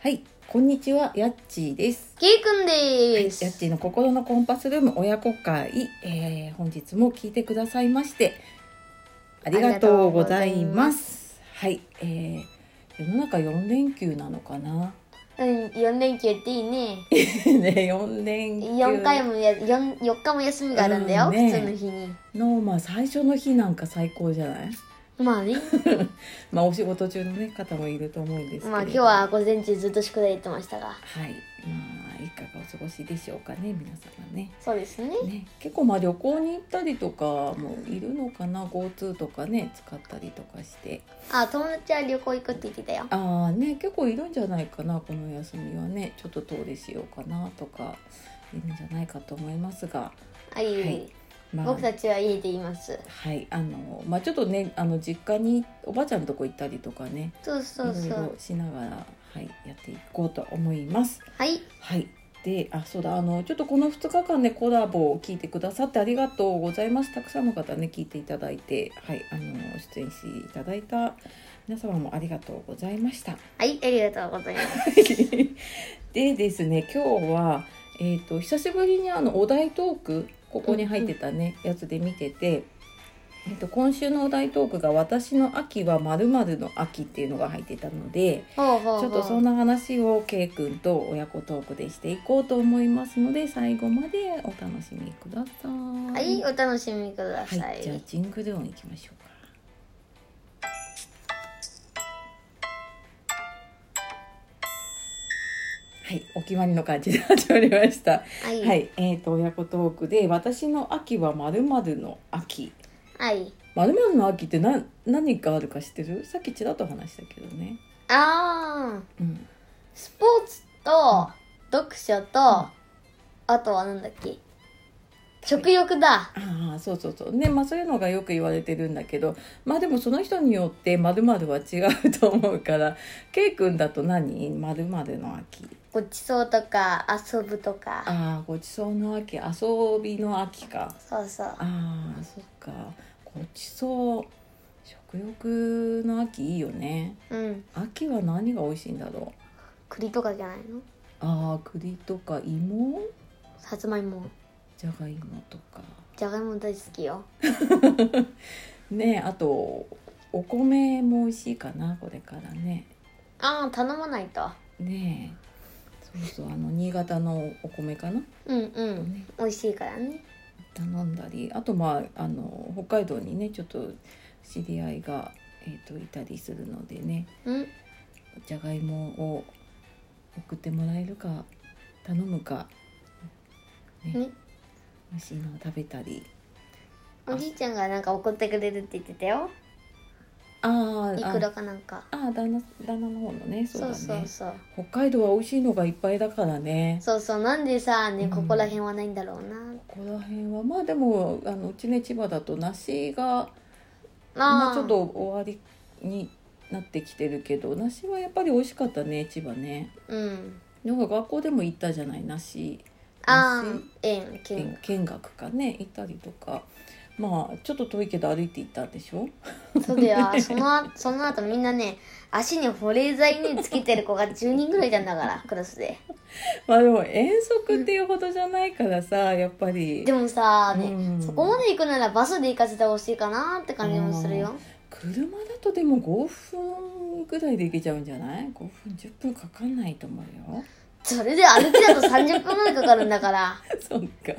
はい、こんにちは、やっちーです。ケイくんはい、やでっす。ちーの心のコンパスルーム親子会、えー本日も聞いてくださいまして、ありがとうございます。はい、えー、世の中4連休なのかな うん、4連休っていいね。ね、4連休。 4回もや、4、4日も休みがあるんだよ、うんね普通の日に。の、まあ最初の日なんか最高じゃないまあ ね、まあお仕事中の、ね、方もいると思うんですけれどまあ今日は午前中ずっと宿題言ってましたが。はい、まあいかがお過ごしでしょうかね、皆様ね。そうですね。ね、結構まあ旅行に行ったりとかもいるのかな GoTo とかね使ったりとかしてあ、友達は旅行行くって言ってたよ。ああね結構いるんじゃないかなこの休みはねちょっと遠出しようかなとかいるんじゃないかと思いますが、はい、はいまあ、僕たちは家で言います。はいあのまあちょっとねあの実家におばあちゃんのとこ行ったりとかねそうそういそろいろう。しながら、はい、やっていこうと思います。はい、はい。で、あ、そうだ、あの、ちょっとこの2日間ね、コラボを聞いてくださってありがとうございます。たくさんの方ね、聞いていただいて、はい、あの、出演していただいた皆様もありがとうございました。 はい、ありがとうございます。でですね、今日は、えっ、と、久しぶりにあの、お題トーク、ここに入ってたね、やつで見てて、えっと、今週のお題トークが「私の秋はまるの秋」っていうのが入ってたので、 ほうほうほう。ちょっとそんな話を K 君と親子トークでしていこうと思いますので最後までお楽しみください。はい、お楽しみください。はい、じゃあジングル音いきましょうか。はい、お決まりの感じで始まりました。はい、ははい、い、えっ、と親子トークで私の秋はまるまるの秋。まるまるの秋って何何があるか知ってる？さっきちらっと話したけどね。あー、うん。スポーツと、読書と、あとはなんだっけ。食欲だ。ああそうそうそうねまあそういうのがよく言われてるんだけどまあでもその人によってまるまるは違うと思うから K 君だと何まるまるの秋ごちそうとか遊ぶとかああごちそうの秋遊びの秋かそうそうああそっかごちそう食欲の秋いいよねうん秋は何が美味しいんだろう栗とかじゃないのああ栗とか芋さつまいもじゃがいもとかじゃがいも大好きよねあとお米も美味しいかなこれからねああ頼まないとねえそうそうあの新潟のお米かなうんうん美味しいからね頼んだりあとまああの北海道にねちょっと知り合いが、えー、といたりするのでねうんじゃがいもを送ってもらえるか頼むかね美味しいのを食べたりおじいちゃんがなんか怒ってくれるって言ってたよあーいあくらかなんかあー旦那旦那の方のねそうそだうねそうそう北海道は美味しいのがいっぱいだからねそうそうなんでさねうんここら辺はないんだろうなここら辺はまあでもあのうちね千葉だと梨がまあああちょっと終わりになってきてるけど梨はやっぱり美味しかったね千葉ねうんなんか学校でも行ったじゃない梨ああ梨円け見見学かね行ったりとかまあちょっと遠いけど歩いて行ったんでしょそうだよその その後みんなね足に保冷剤につけてる子が10人ぐらいいたんだからクラスでまあでも遠足っていうほどじゃないからさやっぱりでもさね、うんそこまで行くならバスで行かせてほしいかなって感じもするよ車だとでも5分ぐらいで行けちゃうんじゃない5分10分かかんないと思うよ それで歩きだと30分ぐらいかかるんだからそっか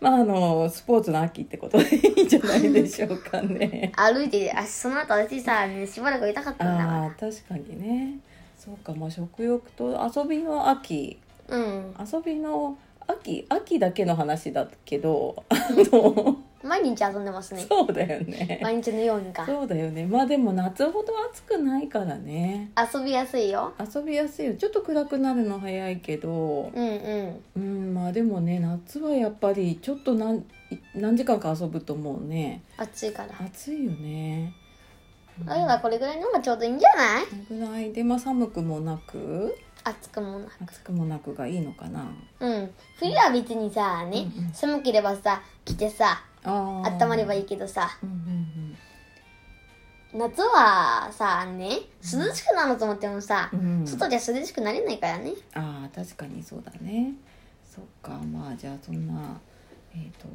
まああのスポーツの秋ってことでいいんじゃないでしょうかね歩いて足その後私さ、ね、しばらく痛かったんだあかー確かにねそうかまあ食欲と遊びの秋らうん遊びの秋秋だけの話だけどあの毎日遊んでますねそうだよね毎日のようにかそうだよねまあでも夏ほど暑くないからね遊びやすいよ遊びやすいよちょっと暗くなるの早いけどうんうんうんまあでもね夏はやっぱりちょっと何何時間か遊ぶと思うね暑いから暑いよねうんだからこれぐらいのがちょうどいいんじゃないそれぐらいでまあ寒くもなく暑くもな暑くもなくがいいのかなうん冬は別にさね、うんうん寒ければさ着てさあ温まればいい、いいけどさうんうんうん、夏はさね涼しくなろうと思ってもさ、うん、外じゃ涼しくなれないからねあー確かにそうだねそっかまあじゃあそんなえっ、と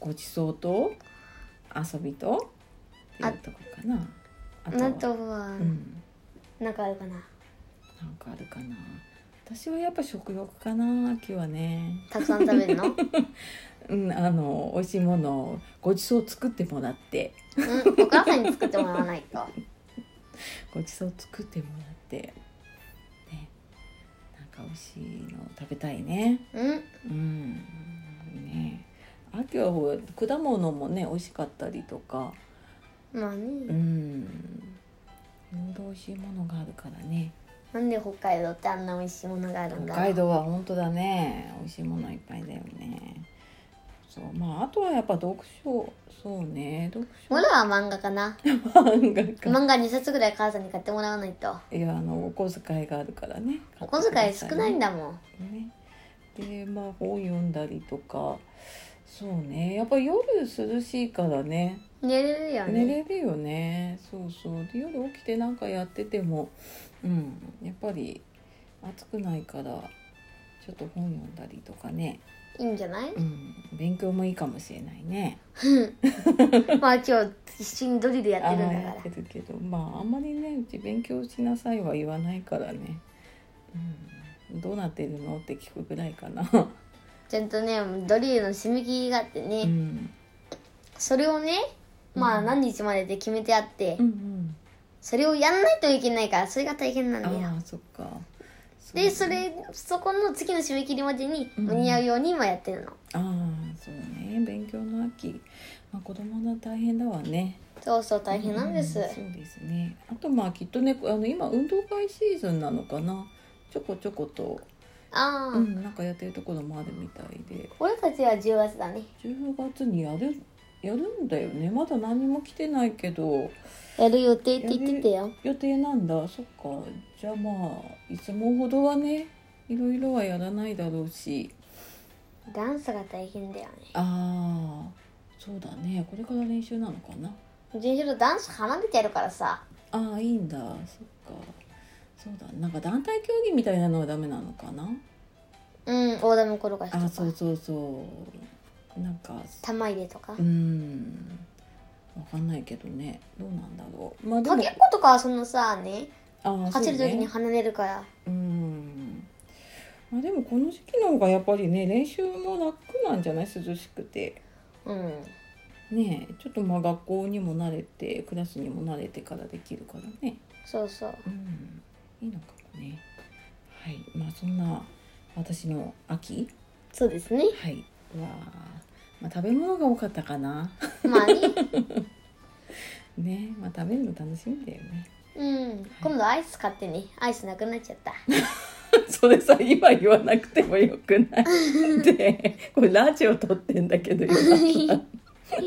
ごちそうと遊びとっていうとこかなああとはとは、うん、なんかあるかななんかあるかな私はやっぱ食欲かな秋はねたくさん食べ るのうんうんあの美味しいものをごちそう作ってもらってお母さんに作ってもらわないとごちそう作ってもらってねなんか美味しいの食べたいねうんうんね秋はほら果物もね美味しかったりとかまあね、うんいろいろ美味しいものがあるからねなんで北海道ってあんな美味しいものがあるんだ北ろう海道は本当だね美味しいものいっぱいだよねそうまああとはやっぱ読書そうね読書俺は漫画かな漫画か漫画2冊ぐらい母さんに買ってもらわないといやあのお小遣いがあるからねお小遣い少ないんだもんねでまあ本読んだりとかそうねやっぱ夜涼しいからね寝れるよ寝れねるよねそうそうで夜起きてなんかやっててもうんやっぱり暑くないからちょっと本読んだりとかね、いいんじゃないうん、勉強もいいかもしれないねまあ今日一緒にドリルやってるんあだーやかってるけどまああんまりねうち勉強しなさいは言わないからね、うん、どうなってるのって聞くぐらいかな、らちゃんとねドリルの締め切りがあってね、うん、それをねまあ何日までで決めてあって、うんうんそれをやんないといけないからそれが大変なんだよああそっかうでそれそこの次の締め切りまでにうん間に合うように今やってるの、ああそうね勉強の秋、まあ、子供の大変だわねそうそう大変なんです、うんそうですねあとまあきっとねあの今運動会シーズンなのかなちょこちょこと、ああ、うん、なんかやってるところもあるみたいで俺たちは10月だね10月にやるやるんだよねまだ何も来てないけどやる予定って言ってたよ予定なんだそっかじゃあまあいつもほどはねいろいろはやらないだろうしダンスが大変だよねああそうだねこれから練習なのかなうちのダンス離れてやるからさああいいんだそっかそうだなんか団体競技みたいなのはダメなのかなうん大玉転がしとあかあそうそうそうなんか玉入れとかうーんわかんないけどねどうなんだろうまあでかもけっことかはそのさねあー走るそう時にね離れるから、うーんまあでもこの時期の方がやっぱりね練習も楽なんじゃない涼しくてうんねえちょっとまあ学校にも慣れてクラスにも慣れてからできるからねそうそううんいいのかもねはいまあそんな私の秋そうですねはいは、まあ、食べ物が多かったかなまあねねまあ食べるの楽しみだよねうん今度アイス買ってねアイスなくなっちゃった それさ今言わなくてもよくない でこれラジオ撮ってんだけど今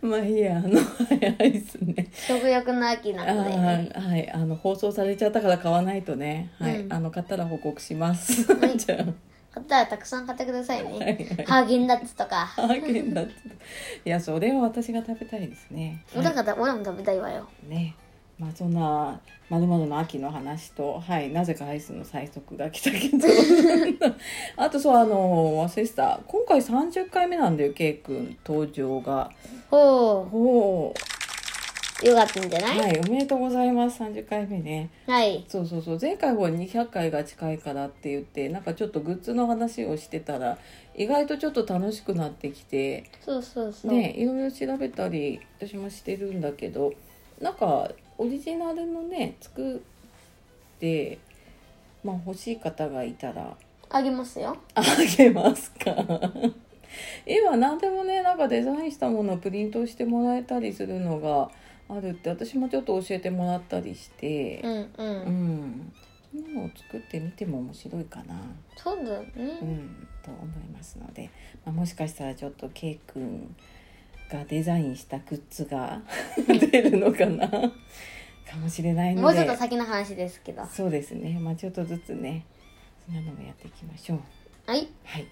まあいいやあのはいアイスね食欲の秋なあので、ね、ーはいあの放送されちゃったから買わないとねはい、うんあの買ったら報告します、はい じゃあ買ったらたくさん買ってくださいね、はいはいハーゲンダッツとかハーゲンダッツいやそれは私が食べたいですね。俺なんかだ俺も食べたいわよね。まあそんなまるまるの秋の話とはいなぜかアイスの最速が来たけど あとそうあの忘れてた今回30回目なんだよケイ君登場がほおおうよかったんじゃないはいおめでとうございます30回目ねはいそうそうそう前回は200回が近いからって言ってなんかちょっとグッズの話をしてたら意外とちょっと楽しくなってきてそうそうそう、ねいろいろ調べたり私もしてるんだけどなんかオリジナルのね作って、まあ、欲しい方がいたらあげますよあげますか今何でもねなんかデザインしたものをプリントしてもらえたりするのがあるって私もちょっと教えてもらったりしてう、んうん、うん、そんなのを作ってみても面白いかな。そうだようね、ん、と思いますので、まあ、もしかしたらちょっと K 君がデザインしたグッズが 出るのかなかもしれないものうちょっとで先の話ですけどそうですね、まあ、ちょっとずつねそんなのもやっていきましょう。はいはい、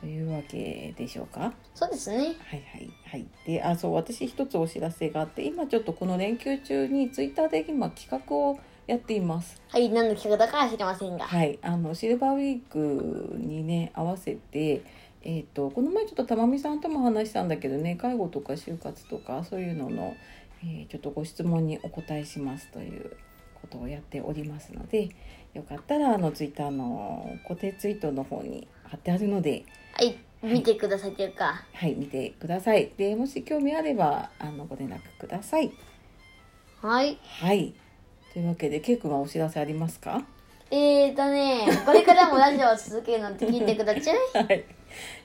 というわけでしょうか。そうですねはいはいはい。で、あ、そう、私一つお知らせがあって、今ちょっとこの連休中にツイッターで今企画をやっています。はい何の企画だかは知りませんがはい、あのシルバーウィークにね合わせて、えー、とこの前ちょっと玉美さんとも話したんだけどね介護とか就活とかそういうのの、えーちょっとご質問にお答えしますということをやっておりますのでよかったらあのツイッターの固定ツイートの方に貼ってあるので、はい見てくださいというかはい、見てください。でもし興味あればあのご連絡ください。はいはいというわけで、ケイ君はお知らせありますかえーとねこれからもラジオを続けるので聞いてくださいはい。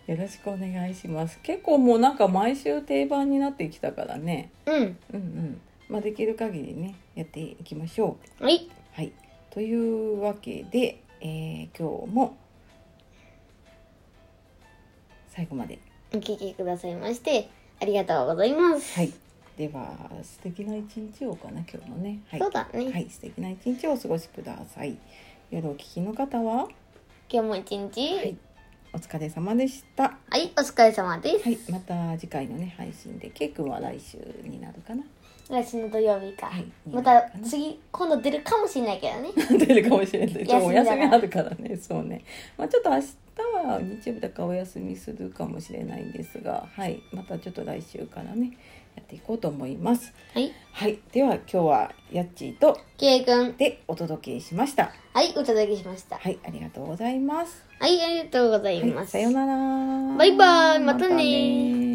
よろしくお願いします。結構もうなんか毎週定番になってきたからね。うん うんうん。まあできる限りね、やっていきましょう。はいはい。というわけで、えー今日も最後まで。お聞きくださいましてありがとうございます、はい。では素敵な一日をかな今日もね。はい。そうだね、はい、素敵な一日をお過ごしください。夜お聞きの方は今日も一日いお疲れ様でした。はい、お疲れ様です、はい、また次回のね配信で、ケイ君は来週になるかな。 来週の土曜日か、はいまた次今度出るかもしれないけどね出るかもしれない。ちょっとお休休みみだからあるからね、そうね。まあちょっと明日は日曜日だからお休みするかもしれないんですが、はい、またちょっと来週からねやっていこうと思います。はいはい、では今日はやっちーと K 君でお届けしました。はいお届けしましたはい、ありがとうございます。はいありがとうございはまい、す、さようなら。バイバイまたねま